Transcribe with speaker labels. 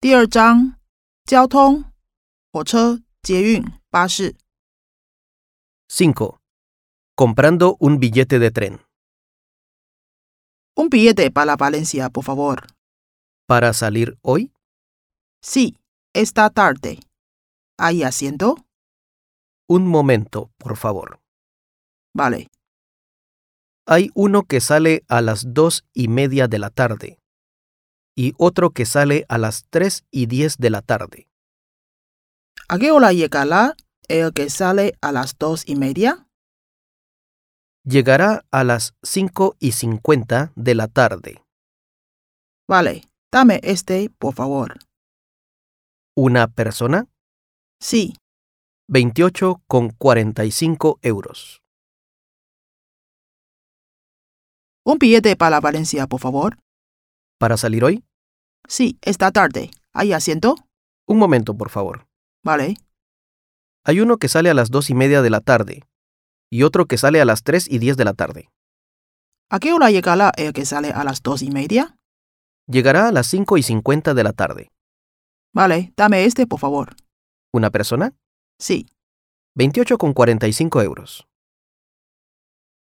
Speaker 1: 第二章：交通，火车、捷运、巴士。
Speaker 2: 5. Comprando un billete de tren.
Speaker 1: Un billete para Valencia, por favor.
Speaker 2: ¿Para salir hoy?
Speaker 1: Sí, esta tarde. ¿Hay asiento?
Speaker 2: Un momento, por favor.
Speaker 1: Vale.
Speaker 2: Hay uno que sale a las dos y media de la tarde y otro que sale a las tres y diez de la tarde.
Speaker 1: ¿A qué hora llegará el que sale a las dos y media?
Speaker 2: Llegará a las cinco y cincuenta de la tarde.
Speaker 1: Vale, dame este, por favor.
Speaker 2: Una persona,
Speaker 1: Sí,
Speaker 2: 28,45 euros.
Speaker 1: un billete para Valencia, por favor.
Speaker 2: ¿Para salir hoy?
Speaker 1: Sí, esta tarde. ¿Hay asiento?
Speaker 2: Un momento, por favor.
Speaker 1: Vale.
Speaker 2: Hay uno que sale a las dos y media de la tarde y otro que sale a las tres y diez de la tarde.
Speaker 1: ¿A qué hora llegará el que sale a las dos y media?
Speaker 2: Llegará a las cinco y cincuenta de la tarde.
Speaker 1: Vale, dame este, por favor.
Speaker 2: Una persona,
Speaker 1: Sí,
Speaker 2: 28,45 euros.